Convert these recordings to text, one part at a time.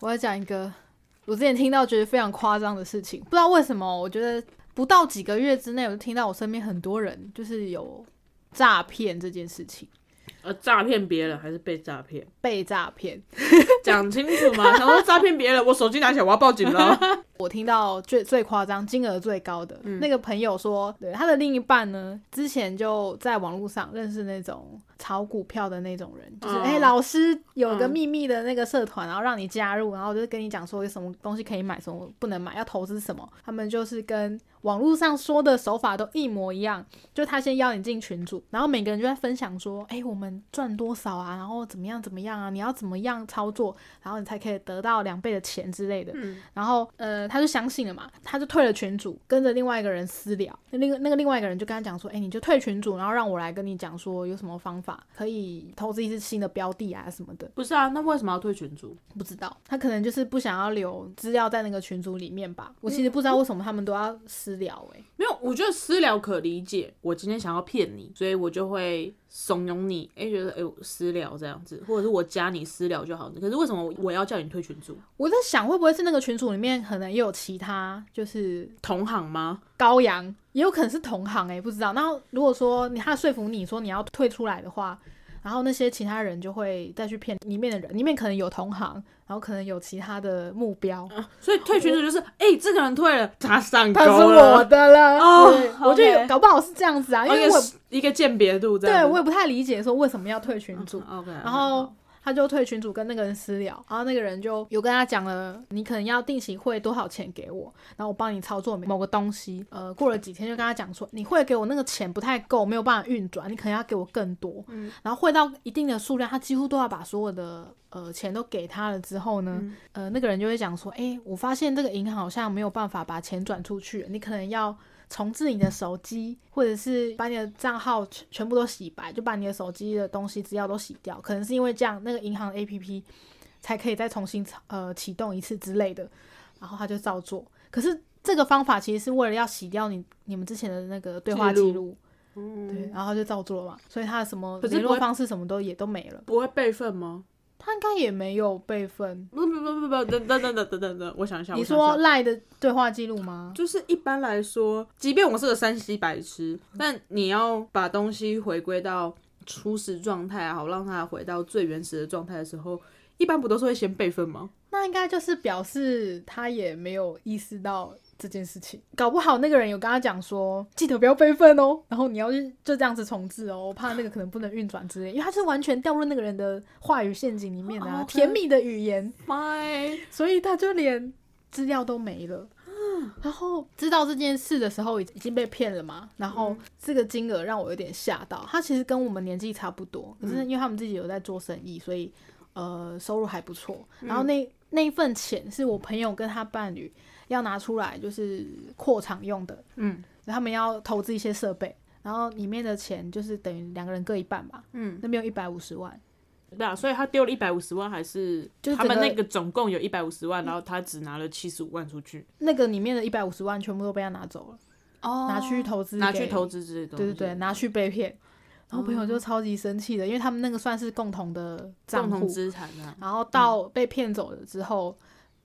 我要讲一个我之前听到觉得非常夸张的事情，不知道为什么，我觉得不到几个月之内，我就听到我身边很多人就是有诈骗这件事情，呃，诈骗别人还是被诈骗？被诈骗。讲清楚嘛！想说诈骗别人，我手机拿起来，我要报警了。我听到最最夸张、金额最高的、那个朋友说，对他的另一半呢，之前就在网络上认识那种炒股票的那种人，就是嗯哎、诶老师有个嗯秘密的那个社团，然后啊让你加入，然后就跟你讲说有什么东西可以买，什么不能买，要投资什么，他们就是跟网络上说的手法都一模一样，就他先邀你进群组，然后每个人就在分享说，哎、我们赚多少啊，然后怎么样怎么样啊，你要怎么样操作，然后你才可以得到两倍的钱之类的。然后呃，他就相信了嘛，他就退了群组，跟着另外一个人私聊。那另那个另外一个人就跟他讲说，哎、你就退群组，然后让我来跟你讲说有什么方法可以投资一些新的标的啊什么的。不是啊，那为什么要退群组？不知道，他可能就是不想要留资料在那个群组里面吧。我其实不知道为什么他们都要私聊、欸，没有，我觉得私聊可理解。我今天想要骗你，所以我就会怂恿你，哎、觉得哎、我私聊这样子，或者是我加你私聊就好了。可是为什么我要叫你退群组？我在想会不会是那个群组里面可能也有其他就是同行吗？高阳，也有可能是同行哎、不知道。然后如果说你他说服你说你要退出来的话，然后那些其他人就会再去骗里面的人，里面可能有同行，然后可能有其他的目标，所以退群组就是，哎、这个人退了，他上钩他是了，我的了哦对我觉 OK 得搞不好是这样子啊，因一为我也个一个鉴别度哦这对样子。我也不太理解说为什么要退群组。 OK，然后他就退群主跟那个人私聊，然后那个人就有跟他讲了，你可能要定期汇多少钱给我，然后我帮你操作某个东西。呃，过了几天就跟他讲说，你汇给我那个钱不太够，没有办法运转，你可能要给我更多。嗯然后汇到一定的数量，他几乎都要把所有的呃钱都给他了之后呢，嗯呃，那个人就会讲说，哎、我发现这个银行好像没有办法把钱转出去，你可能要。重置你的手机，或者是把你的账号全全部都洗白，就把你的手机的东西资料都洗掉。可能是因为这样，那个银行 A P P 才可以再重新呃启动一次之类的。然后他就照做。可是这个方法其实是为了要洗掉你你们之前的那个对话记录嗯记录，对，然后他就照做了嘛。所以他的什么可是联不络会方式什么都也都没了，不会备份吗？他应该也没有备份。不不不不不，等等等等等等等，我想一下。你我想一下说赖的对话记录吗？就是一般来说，即便我是个山西白痴，但你要把东西回归到初始状态啊，好让它回到最原始的状态的时候，一般不都是会先备份吗？那应该就是表示他也没有意识到这件事情，搞不好那个人有跟他讲说，记得不要备份哦，然后你要去就这样子重置哦，我怕那个可能不能运转之类，因为他是完全掉入那个人的话语陷阱里面的、啊哦，OK 甜蜜的语言，拜，所以他就连资料都没了。嗯然后知道这件事的时候，已已经被骗了嘛。然后这个金额让我有点吓到。他其实跟我们年纪差不多，可嗯是因为他们自己有在做生意，所以呃收入还不错。嗯然后那那一份钱是我朋友跟他伴侣要拿出来，就是扩厂用的。嗯然后他们要投资一些设备，然后里面的钱就是等于两个人各一半吧。嗯，那边有一百五十万，对啊，所以他丢了一百五十万，还是就是他们整个那个总共有一百五十万，然后他只拿了七十五万出去，那个里面的一百五十万全部都被他拿走了，哦拿去投资，拿去投资之类的东对西，哦对对，拿去被骗。然后朋友就超级生气的，因为他们那个算是共同的账共同户，资产啊，然后到被骗走了之后，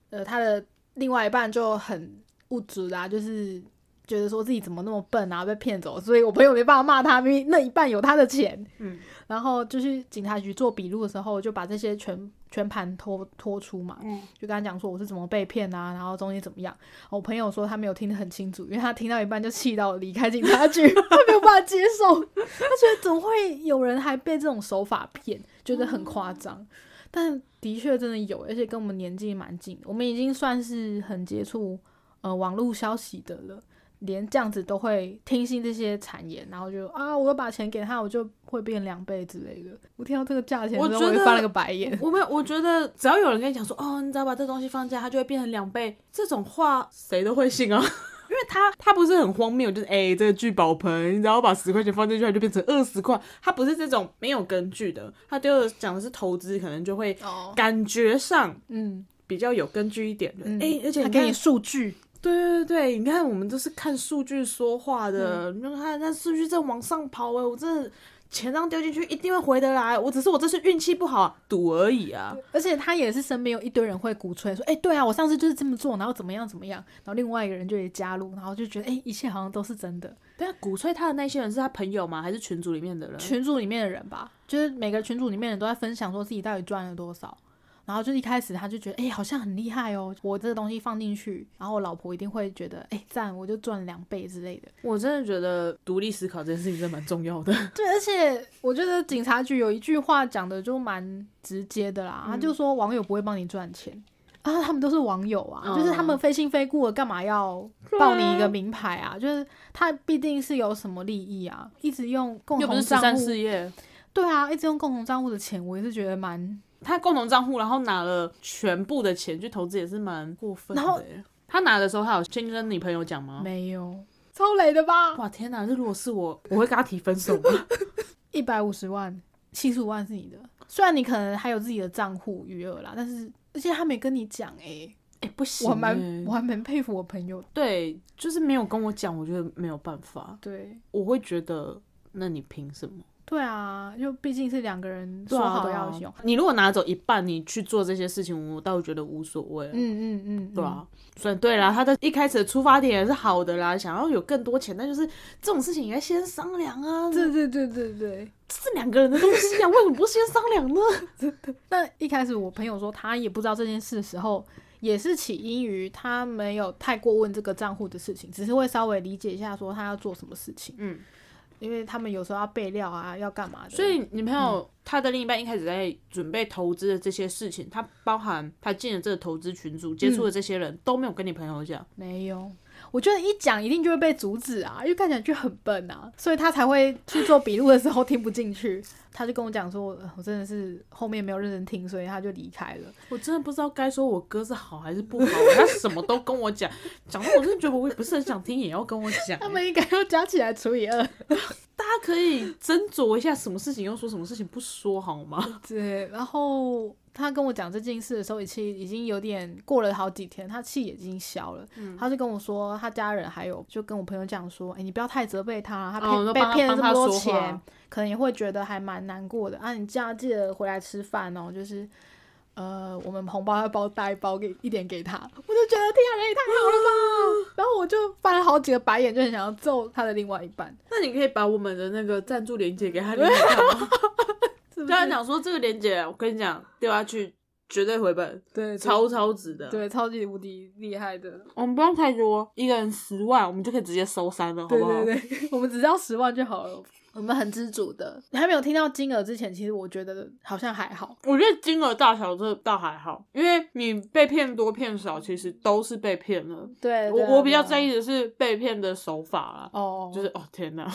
呃，他的另外一半就很物质啦、就是觉得说自己怎么那么笨啊，被骗走，所以我朋友没办法骂他，因为那一半有他的钱，嗯， 然后就去警察局做笔录的时候，就把这些全全盘托托出嘛，嗯就跟他讲说我是怎么被骗啊，然后中间怎么样。我朋友说他没有听得很清楚，因为他听到一半就气到离开警察局，他没有办法接受， 他觉得怎么会有人还被这种手法骗，觉得很夸哦张。但的确真的有，而且跟我们年纪蛮近的，我们已经算是很接触呃网络消息的了。连这样子都会听信这些谗言，然后就啊，我要把钱给他，我就会变两倍之类的。我听到这个价钱我之后，我觉就得翻了个白眼。 我没有，我觉得只要有人跟你讲说，哦，你只要把这东西放假，它就会变成两倍，这种话谁都会信啊。 因为他他不是很荒谬，就是哎、这个聚宝盆，你只要把十块钱放进去，它就变成二十块。他不是这种没有根据的，他丢的讲的是投资，可能就会哦，感觉上嗯，比较有根据一点的。哎、嗯而且他你给看你，数据，对对对，你嗯看我们都是看数据说话的，你看那数据在往上跑哎、我真的钱这样丢进去一定会回得来，我只是我这次运气不好赌而已啊。而且他也是身边有一堆人会鼓吹说，哎、对啊，我上次就是这么做，然后怎么样怎么样，然后另外一个人就也加入，然后就觉得，哎、一切好像都是真的。对啊，鼓吹他的那些人是他朋友吗？还是群组里面的人？群组里面的人吧，就是每个群组里面的人都在分享说自己到底赚了多少。然后就一开始他就觉得，哎、好像很厉害哦，我这个东西放进去，然后我老婆一定会觉得，哎、赞，我就赚两倍之 类的。我真的觉得独立思考这件事情真的蛮重要 的。对，而且我觉得警察局有一句话讲的就蛮直接的啦，他就说网友不会帮你赚钱啊，他们都是网友啊，嗯就是他们非亲非故的，干嘛要啊报你一个名牌啊？就是他必定是有什么利益啊，一直用共又不同是慈账善户，事业，对啊，一直用共同账户的钱，我也是觉得蛮，他共同账户，然后拿了全部的钱去投资，也是蛮过分的。欸然后他拿的时候，他有先跟你朋友讲吗？没有超雷的吧？哇天哪！这如果是我，我会跟他提分手吗？ 一百五十万，七十五万是你的，虽然你可能还有自己的账户余额啦，但是而且他没跟你讲诶、哎、不行、我还蛮欸我还蛮佩服我朋友的，对，就是没有跟我讲，我觉得没有办法，对。我会觉得，那你凭什么？对啊，就毕竟是两个人对说啊好对要啊用，你如果拿走一半，你去做这些事情，我倒是觉得无所谓。啊嗯嗯嗯，对嗯，啊，虽然对啦，他的一开始的出发点也是好的啦，想要有更多钱，但就是这种事情应该先商量啊。这对对对对对。这是两个人的东西啊， 为什么不先商量呢？那一开始我朋友说他也不知道这件事的时候，也是起因于他没有太过问这个账户的事情，只是会稍微理解一下说他要做什么事情，嗯，因为他们有时候要备料啊，要干嘛的， 所以你朋友、他的另一半一开始在准备投资的这些事情，他包含他进了这个投资群组，接触的这些人、都没有跟你朋友讲。没有。我觉得一讲一定就会被阻止啊，因为看起来就很笨啊，所以他才会去做笔录的时候 听不进去。他就跟我讲说，呃我真的是后面没有认真听，所以他就离开了。我真的不知道该说我哥是好还是不好，他什么都跟我讲，讲到我真的觉得我也不是很想听，也要跟我 讲。他们应该要加起来除以二，大家可以斟酌一下，什么事情要说，什么事情不说，好吗？对，然后他跟我讲这件事的时候，其实已经有点过了好几天，他气也已经消了。嗯他就跟我说，他家人还有就跟我朋友讲说，哎，你不要太责备他，他被、哦那被帮他骗了这么帮多他说话钱，可能也会觉得还蛮难过的啊。你这样记得回来吃饭哦，就是。呃，我们红包要包带包给一点给他，我就觉得天啊，人也太好嗯了吧！然后我就翻了好几个白眼，就很想要揍他的另外一半。那你可以把我们的那个赞助连接给他连接看吗？是不 对他啊是？讲说这个连接，我跟你讲掉下去绝对回本，对，超超值的。，对超级无敌厉害的。我们不用太多，一个人十万，我们就可以直接收山了，好对不好？对对， 我们只要十万就好了，我们很知足的。你还没有听到金额之前，其实我觉得好像还好。我觉得金额大小这倒还好，因为你被骗多骗少，其实都是被骗了。对，我我比较在意意的是被骗的手法啦，哦，就是哦天哪，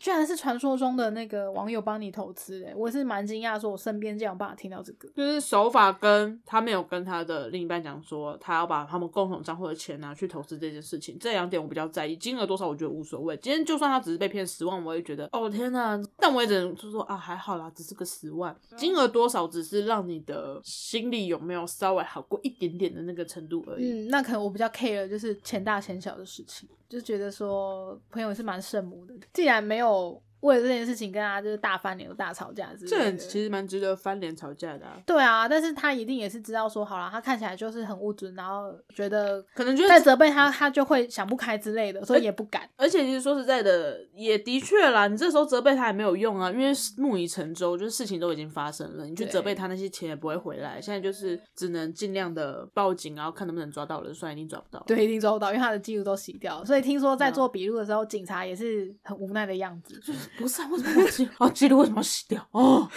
居然是传说中的那个网友帮你投资，哎，我是蛮惊讶，说我身边这样爸听到这个，就是手法跟他没有跟他的另一半讲说他要把他们共同账户的钱拿、去投资这件事情，这两点我比较在意，金额多少我觉得无所谓。今天就算他只是被骗十万，我也觉得哦天哪，但我也只能就说啊还好啦，只是个十万，金额多少只是让你的心里有没有稍微好过一点点的那个程度而已。嗯，那可能我比较 care 就是钱大钱小的事情，就觉得说朋友是蛮圣母的，既然没有为了这件事情跟他就是大翻脸、大吵架之类的，这很其实蛮值得翻脸吵架的、啊，对啊，但是他一定也是知道说，好啦，他看起来就是很物质，然后觉得可能就是再责备他，他就会想不开之类的，所以也不敢。而且其实说实在的，也的确啦，你这时候责备他也没有用啊，因为木已成舟，就是事情都已经发生了，你去对责备他那些钱也不会回来。现在就是只能尽量的报警，然后看能不能抓到人，虽然一定抓不到。，对，一定抓不到，因为他的记录都洗掉了，所以听说在做笔录的时候，警察也是很无奈的样子。 不是、啊、为什么要记啊？记录为什么要洗掉？哦，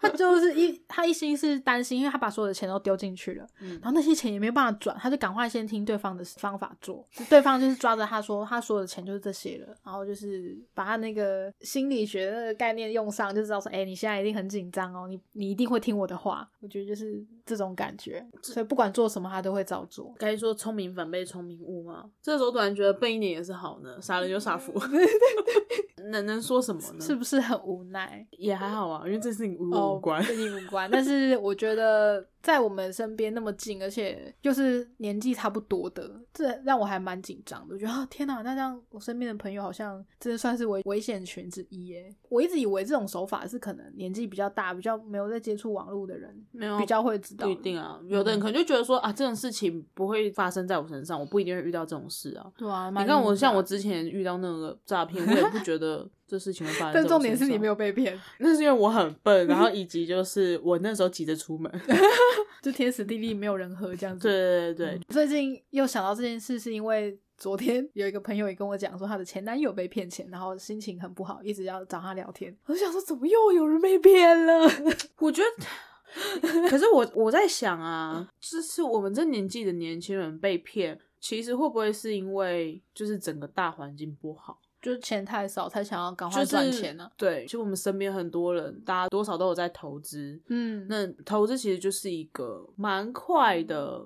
他就是一他一心是担心，因为他把所有的钱都丢进去了，嗯然后那些钱也没有办法转，他就赶快先听对方的方法做。就对方就是抓着他说，他所有的钱就是这些了，然后就是把他那个心理学的概念用上，就知道说，哎、你现在一定很紧张哦，你你一定会听我的话。我觉得就是这种感觉，所以不管做什么，他都会照做。 该说聪明反被聪明误吗？这时候突然觉得笨一点也是好呢，傻人有傻 福，能能说什么呢？是不是很无奈？ 也还好啊，因为这事情与哦嗯 我无关。跟你无关。但是我觉得在我们身边那么近，而且又是年纪差不多的，这让我还蛮紧张的。我觉得、啊、天哪，那这样我身边的朋友好像真的算是危危险群之一耶。我一直以为这种手法是可能年纪比较大、比较没有在接触网络的人没有比较会知道嗯哦不一的。定啊，有的人可能就觉得说、啊，这种事情不会发生在我身上，我不一定会遇到这种事啊。对啊，你看我像我之前遇到那个诈骗，我也不 觉得这事情会发生。但重点是你没有，有被骗，那是因为我很 笨，然后以及就是我那时候急着出门。 就天时地利没有人和这样子。对对对对，最近又想到这件事，是因为昨天有一个朋友也跟我讲说，她的前男友被骗钱，然后心情很不好，一直要找她聊 天。我就想说，怎么又有人被骗了？我觉得。可是我我在想啊，就是我们这年纪的年轻人被骗，其实会不会是因为就是整个大环境不好？就是钱太少，才想要赶 就快是赚钱啊呢、对，其实我们身边很多人，大家多少都有在投资。嗯，那投资其实就是一个蛮快的，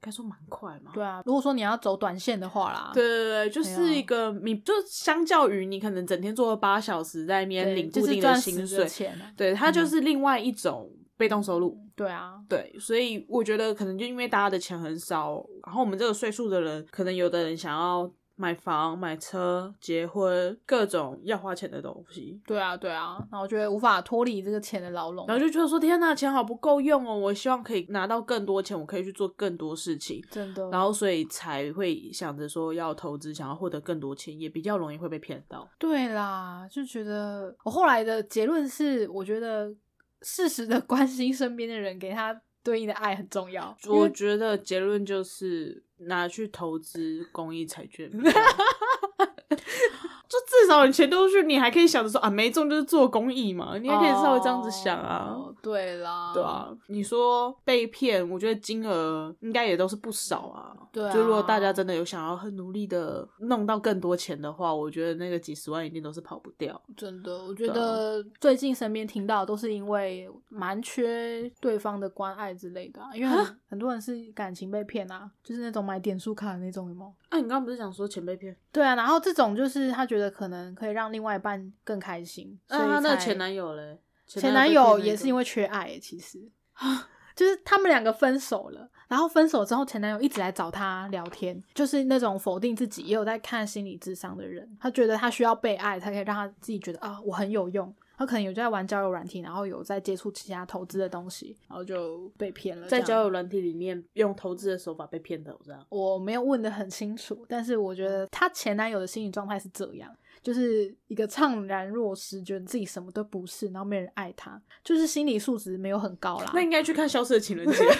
该说蛮快嘛。对啊。如果说你要走短线的话啦，对对对，就对啊是一个你就相较于你可能整天做了八小时在那边对，领就固是定的赚死薪的水，钱啊。对它嗯就是另外一种被动收入。对啊，对，所以我觉得可能就因为大家的钱很少，然后我们这个岁数的人，可能有的人想要买房、买车、结婚，各种要花钱的东西，对啊，对啊。然后觉得无法脱离这个钱的牢笼，啊然后就觉得说天呐，钱好不够用哦，我希望可以拿到更多钱，我可以去做更多事情。真的，然后，所以才会想着说要投资，想要获得更多钱，也比较容易会被骗到。对啦，就觉得我后来的结论是，我觉得适时的关心身边的人，给他对应的爱很重要。因我为觉得结论就是拿去投资公益彩券比较 好，就至少你钱都去，你还可以想着说啊，没中就是做公益嘛，你还可以稍微这样子想啊。哦对啦，对啊，你说被骗，我觉得金额应该也都是不少啊。对啊就如果大家真的有想要很努力的弄到更多钱的话，我觉得那个几十万一定都是跑不掉。真的，我觉得最近身边听到都是因为蛮缺对方的关爱之类的啊、因为 很很多人是感情被骗啊，就是那种买点数卡的那种，有没有？啊，你刚刚不是想说钱被骗？对啊，然后这种就是他觉得可能可以让另外一半更开心，所那以他啊那个才前男友嘞？前男友也是因为为缺爱耶，其实啊就是他们两个分手了，然后分手之后，前男友一直来找她聊天，就是那种否定自己，也有在看心理智商的人，他觉得他需要被爱，才可以让他自己觉得啊，我很有用。他可能有在玩交友软体，然后有在接触其他投资的东西，然后就被骗了。这在样交友软体里面用投资的手法被骗的，我知道。我没有问的很清楚，但是我觉得她前男友的心理状态是这样，就是一个怅然若失，觉得自己什么都不是，然后没人爱他，就是心理素质没有很高啦。那应该去看《消失的情人节》，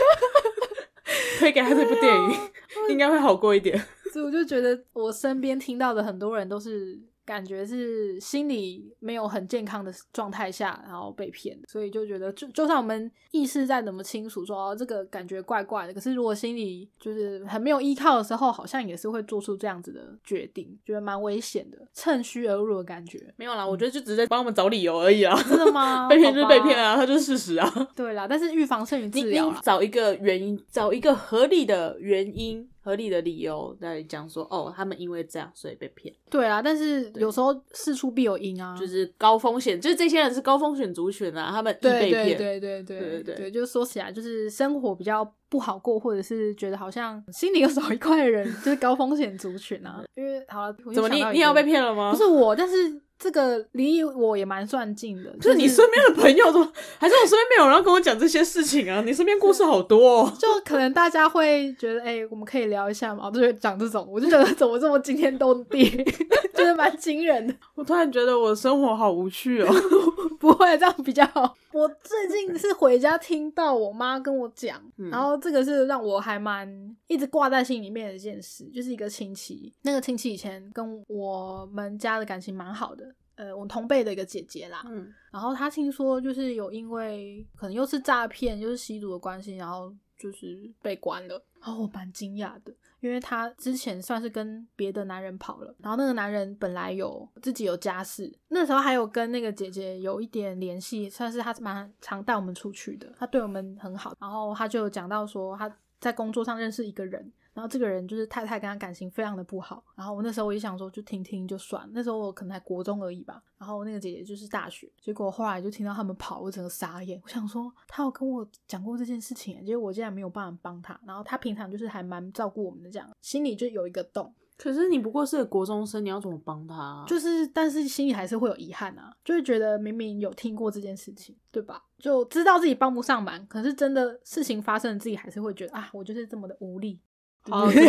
推给他这部电影，应该会好过一点。。所以我就觉得我身边听到的很多人都是感觉是心理没有很健康的状态下，然后被骗，所以就觉得就就算我们意识再怎么清楚说哦这个感觉怪怪的，可是如果心里就是很没有依靠的时候，好像也是会做出这样子的决定，觉得蛮危险的，趁虚而入的感觉没有啦，我觉得就只是在帮我们找理由而已啊。真的吗？ 被骗就是被骗啊！啊，它就是事实啊。对啦，但是预防胜于你治你疗啦。找一个原因，找一个合理的原因、合理的理由来讲说，哦，他们因为这样所以被骗，对啦，但是对有时候事出必有因啊，就是高风险，就是这些人是高风险族群啊，他们易对被对骗。对对对对对对就是说起来，就是生活比较不好过，或者是觉得好像心里有少一块的人，就是高风险族群 啊。因为好了，我就怎么想你到一你也要个被？骗了吗？不是我，但是这个离我也蛮算近的。不是你说身边的朋友怎么？还是我身边没有人要跟我讲这些事情啊？你身边故事好多、哦。就可能大家会觉得，哎、我们可以聊一下嘛，就会讲这种，我就觉得怎么这么惊天动地， 觉得蛮惊人的。 我突然觉得我的生活好无趣哦。 不会，这样比较好。我最近是回家听到我妈跟我讲，嗯然后这个是让我还蛮一直挂在心里面的一件事，就是一个亲戚，那个亲戚以前跟我们家的感情蛮好的。呃，我们同辈的一个姐姐啦，嗯，然后她听说就是有因为可能又是诈骗又是吸毒的关系，然后就是被关了，然后我蛮惊讶的，因为她之前算是跟别的男人跑了，然后那个男人本来有自己有家室，那时候还有跟那个姐姐有一点联系，算是他蛮常带我们出去的，他对我们很好，然后他就有讲到说他。在工作上认识一个人，然后这个人就是太太跟他感情非常的不好，然后我那时候我就想说就听听就算，那时候我可能还国中而已吧，然后那个姐姐就是大学，结果后来就听到他们跑，我整个傻眼，我想说他有跟我讲过这件事情，欸结果我竟然没有办法帮他，然后他平常就是还蛮照顾我们的这样，心里就有一个洞，可是你不过是个国中生，你要怎么帮他啊？就是但是心里还是会有遗憾啊，就会觉得明明有听过这件事情，对吧？就知道自己帮不上忙，可是真的事情发生了，自己还是会觉得啊，我就是这么的无力。哦，可 能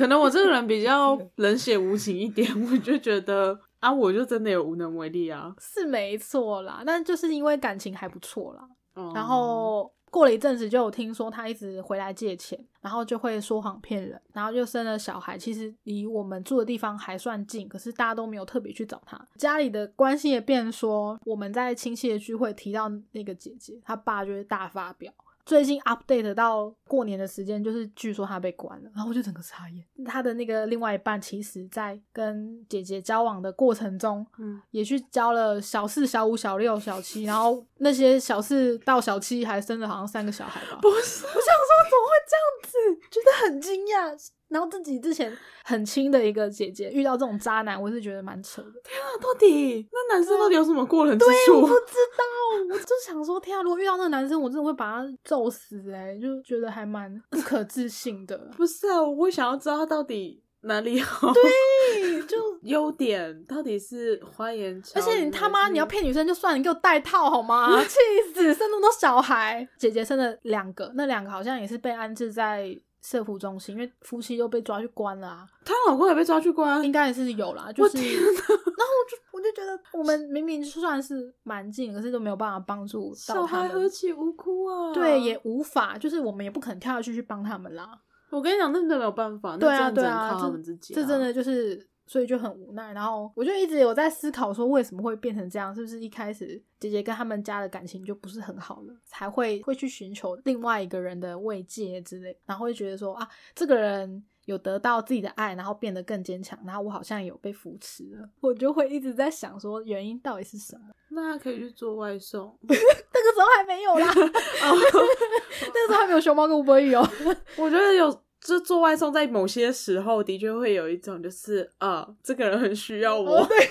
可能我这个人比较冷血无情一点，我就觉得啊，我就真的有无能为力啊。是没错啦，但就是因为感情还不错啦，嗯然后过了一阵子就有听说他一直回来借钱，然后就会说谎骗人，然后就生了小孩。其实离我们住的地方还算近，可是大家都没有特别去找他，家里的关系也变说，我们在亲戚的聚会提到那个姐姐，她爸就会大发表。最近 update 到过年的时间，就是据说他被关了，然后我就整个傻眼。他的那个另外一半，其实在跟姐姐交往的过程中，嗯，也去交了小四、小五、小六、小七，然后那些小四到小七还生了好像三个小孩吧。不是，啊我想说怎么会这样子，觉得很惊讶。然后自己之前很亲的一个姐姐遇到这种渣男，我是觉得蛮扯的。那到底那男生到底有什么过人之对，我处不？知道，我就想说，天啊！如果遇到那个男生，我真的会把他揍死哎、就觉得还蛮不可置信的 。不是啊，我会想要知道他到底哪里好，对，就 优点到底是花言巧而语，且你他妈还是你要骗女生就算了，你给我戴套好 吗？气死， 生那么多小孩。姐姐生了两个，那两个好像也是被安置在社福中心，因为夫妻又被抓去关了啊，她老公也被抓去关应，该也是有啦。就我是，天然后我就我就觉得我们明明算是蛮近，可是都没有办法帮助小到他孩何们。其无辜啊！对，也无法，就是我们也不肯跳下去去帮他们啦。我跟你讲，那真的没有办法，对那啊，真的对只能啊，靠他们自己、啊这真的就是，所以就很无奈。然后我就一直有在思考，说为什么会变成这样？是不是一开始姐姐跟他们家的感情就不是很好了，才会会去寻求另外一个人的慰藉之类，然后会觉得说啊，这个人。有得到自己的爱，然后变得更坚强，然后我好像有被扶持了，我就会一直在想说原因到底是什么。那可以去做外送。那个时候还没有啦， 那个时候还没有熊猫跟吴伯义哦。哦我觉得有。 就做外送，在某些时候的确会有一种，就是啊，这个人很需要我，哦对，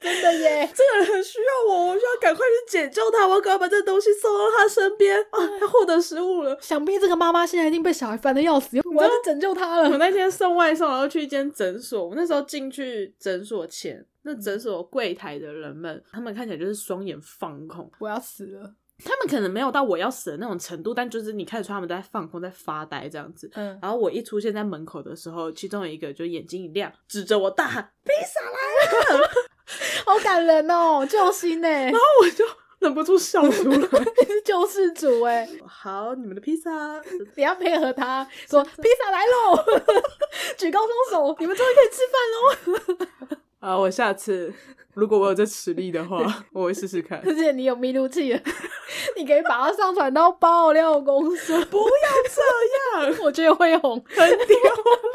真的耶。这个人很需要我，我需要赶快去解救他，我要赶快把这东西送到他身边啊，他获得食物了。想必这个妈妈现在一定被小孩烦的要嗯死，我要去拯救她我了。那天送外送，然后去一间诊所。我那时候进去诊所前，那诊所柜台的人们，他们看起来就是双眼放空，我要死了。他们可能没有到我要死的那种程度，但就是你看得出他们在放空，在发呆这样子。嗯，然后我一出现在门口的时候，其中有一个就眼睛一亮，指着我大喊好感人哦，救星呢、 欸，：“我就忍不住笑出来。救世主哎、”好，你们的披萨，你要配合他说披萨来喽， 举高双手，你们终于可以吃饭啊，我下次如果我有这实力的话，我会试试看喽。 而且你有迷路器了， 你可以把它上传到爆料公司， 不要这样，我觉得会红。很丢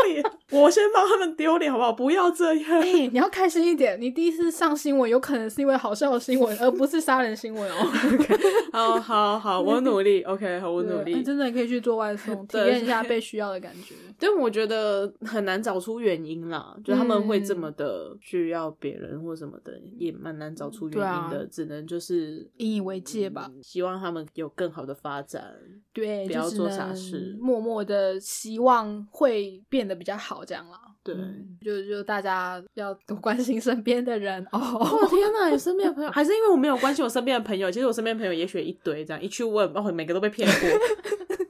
脸。我先帮他们丢脸好不好？不要这样 哎、。你要开心一点，你第一次上新闻，有可能是因为好笑的新 闻，而不是杀人新闻哦。 好好好，我努 力。OK，好，我努对 力。真的可以去做外 送，体对验一下被需要的感觉。但我觉得很难找出原因啦，就他们会这么的需要别人或什么的，也蛮难找出原对因啊的，只能就是引以为戒吧嗯希望他们有更好的发展。对，不就要是做傻能事默默的希望会变得比较好，这样啦。对，嗯就就大家要多关心身边的人我哦。 天哪！你身边的朋友，还是因为我没有关心我身边的朋友。其实我身边的朋友也许一堆，这样一去问，哦，每个都被骗 过。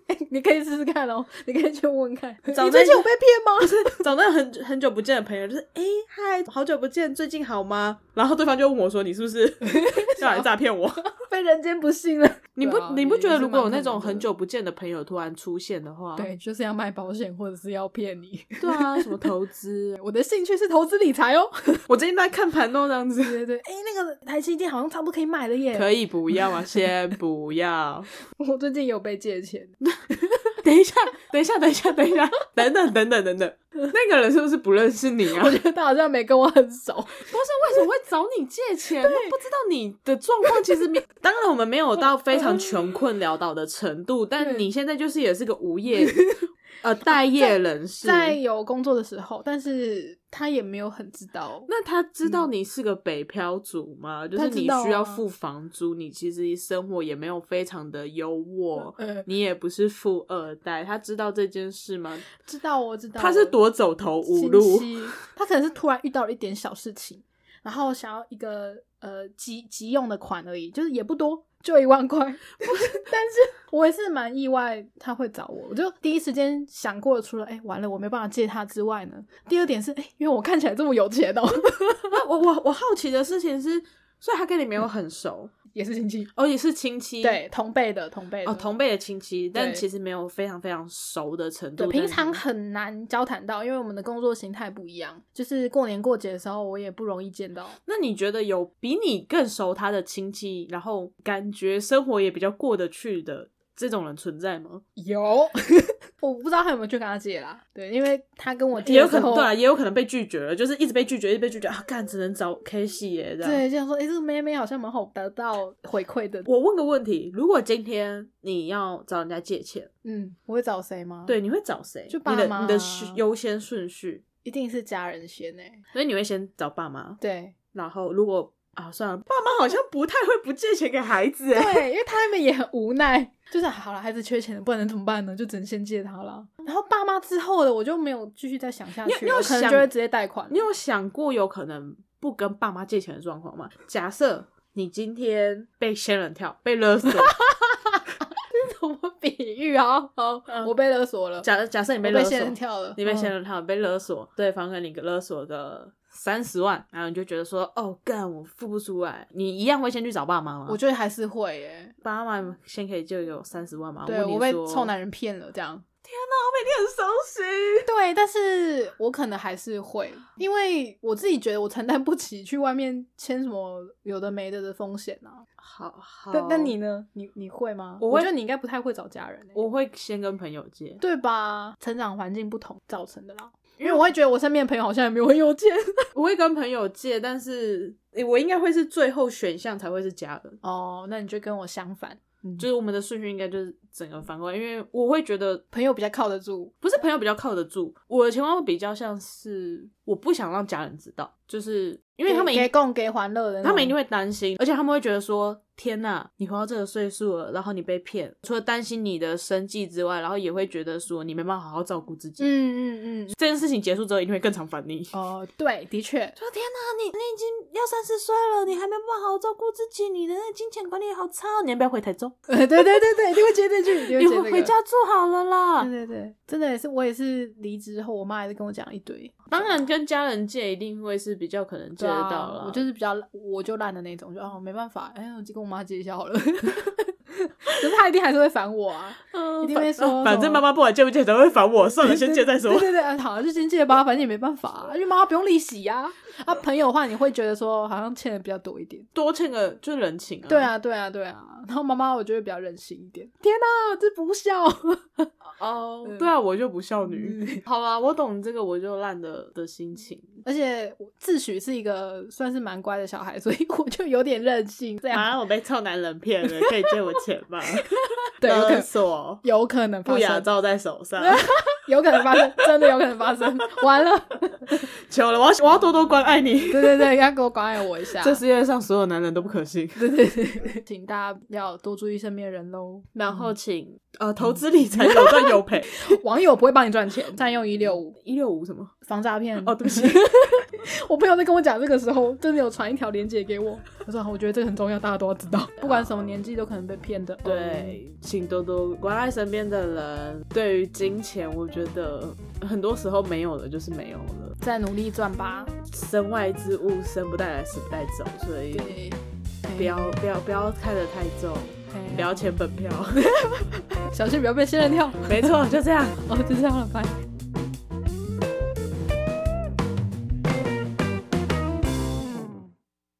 哎你可以试试看哦，你可以去问问看，你找最那近有被骗 吗？找那很很久不见的朋友，就是哎嗨，好久不见，最近好吗？然后对方就问我说：“你是不是 要来诈骗我？”被人间不幸了。你不、对啊你不也觉得是如果有蛮可那能种的很久不见的朋友突然出现的话，对，就是要卖保险或者是要骗你。对啊，什么投 ，资我的兴趣是投资理财哦。我最近在看盘都这样子，对对对，哎，那个台积电好像差不多可以买了耶。 可以不要吗？先不要，我最近有被借钱， 等一下，等一下，等一下，等一下，等等等等等等，那个人是不是不认识你啊？我觉得他好像没跟我很熟。不是为什么会找你借钱？那不知道你的状况，其实没。 当然，我们没有到非常穷困潦倒的程度，但你现在就是也是个无 业，呃，待业人士。在有工作的时候，但是他也没有很知道。那他知道你是个北漂族吗？就他是知你道需要啊付房租，你其实生活也没有非常的优渥，呃，你也不是富二代。他知道这件事吗？知道哦我知道，他是多走投无路，信息，他可能是突然遇到了一点小事情，然后想要一个呃急急用的款而已，就是也不多，就一万块。 但是我也是蛮意外他会找我，我就第一时间想过，除了哎、完了我没办法借他之外呢，第二点是哎、因为我看起来这么有钱哦、 那我我我好奇的事情是，所以他跟你没有很熟，也是亲戚，哦，也是亲戚，对同辈的同辈的哦，同辈的亲戚，但对其实没有非常非常熟的程度。对，平但是常很难交谈到，因为我们的工作形态不一样，就是过年过节的时候，我也不容易见到。那你觉得有比你更熟他的亲戚，然后感觉生活也比较过得去的这种人存在吗？ 有，我不知道他有没有去跟他借啦。对，因为他跟我借也有的时可候，能对啊，也有可能被拒绝了，就是一直被拒绝，一直被拒绝啊，干只能找 K 系耶这样。对，这样说，哎、这个妹妹好像蛮好得到回馈的。我问个问题，如果今天你要找人家借钱，嗯，我会找谁吗？，对，你会找谁？就你的爸妈啊你的顺优先顺序，一定是家人先诶、所以你会先找爸妈， 对然后如果啊算了，爸妈好像不太会不借钱给孩子哎。对，因为他们也很无奈，就是啊好了，孩子缺钱了，不然能怎么办呢？就只能先借他了。然后爸妈之后的，我就没有继续再想下你有去你了，我有可能想就会直接贷款。 你有想过有可能不跟爸妈借钱的状况吗？假设你今天被仙人跳，被 勒索，什么比喻啊？好，嗯我被勒索了，假假设你我被被勒仙人索，跳了，你被仙嗯人跳，你被勒索，对方跟你勒索个三十万，然后你就觉得说，哦，干，我付不出来，你一样会先去找爸妈吗？我觉得还是会耶、爸妈先可以借给我三十万吗？对啊问你我被说臭男，人骗了，这样。你很伤心。对，但是我可能还是会，因为我自己觉得我承担不起去外面签什么有的没的的风险啊。好好，但但你呢？你你会吗？我我会觉得你应该不太会找家人欸、我会先跟朋友借，对吧？成长环境不同造成的啦。因为我会觉得我身边的朋友好像也没有很有 钱我会跟朋友借，但是诶我应该会是最后选项才会是家人。哦，那你就跟我相反，嗯就是我们的顺序应该就是整个反过来，因为我会觉得朋友比较靠得住。不是朋友比较靠得住，我的情况会比较像是我不想让家人知道，就是因为他们一给给供给欢乐的那种，他们一定会担心，而且他们会觉得说。天呐，你活到这个岁数了，然后你被骗，除了担心你的生计之外，然后也会觉得说你没办法好好照顾自嗯己。嗯嗯，这件事情结束之后，一定会更常烦你。哦，对，的 确，说天哪，你你已经要三十岁了，你还没办法好好照顾自己，你的那金钱管理好差哦，你要不要回台中？呃，对对对对，一定会接这句，一定你会接这回个。回家住好了啦。对对对，真的也是，我也是离职后，我妈也是跟我讲一堆，当然，跟家人借一定会是比较可能借对得啊到了、我就是比较，我就烂的那种，就哦没办法，哎，我就跟我妈借一下好了。 可是她一定还是会烦我啊，嗯一定会反说反正妈妈不管借不借都会烦我，算 了，先借再说对。对对，啊好，就先借吧，反正也没办法、啊，因为妈妈不用利息呀、啊。朋友的话，你会觉得说好像欠的比较多一点。多欠个就是人情啊。对，啊，对啊，对啊。然后妈妈，我就会比较任性一点。天哪、这不孝！ 哦、嗯对啊，我就不孝女。 好啦，我懂这个，我就烂的的心情。而且我自诩是一个算是蛮乖的小孩，所以我就有点任性，这样、 啊，我被臭男人骗 了，可以借我钱吗？对，嗯有可能 索有可能发生，照在手 上 有可能发生，真的有可能发生。完了，求了，我要我要多多关爱 你。对对对，要给我关爱我一下。这世界上所有男人都不可信。对对对，请大家要多注意身边的人喽。然后请呃投资理财有赚有赔。网友不会帮你赚钱，占用一六五 一六五什么？防诈骗。嗯哦，对不起。我朋友在跟我讲这个时候，真的有传一条链接给我。我说，我觉得这个很重要，大家都要知道，不管什么年纪都可能被骗的。嗯对，请多多关爱身边的人。对于金钱，我觉得很多时候没有了就是没有了，嗯，再努力赚吧。身外之物生不带来，死不带走，所以对，不要不要不要看得太重，嘿不要钱本票。 小心不要被仙人跳。没错，就这样。哦，就这样了，拜。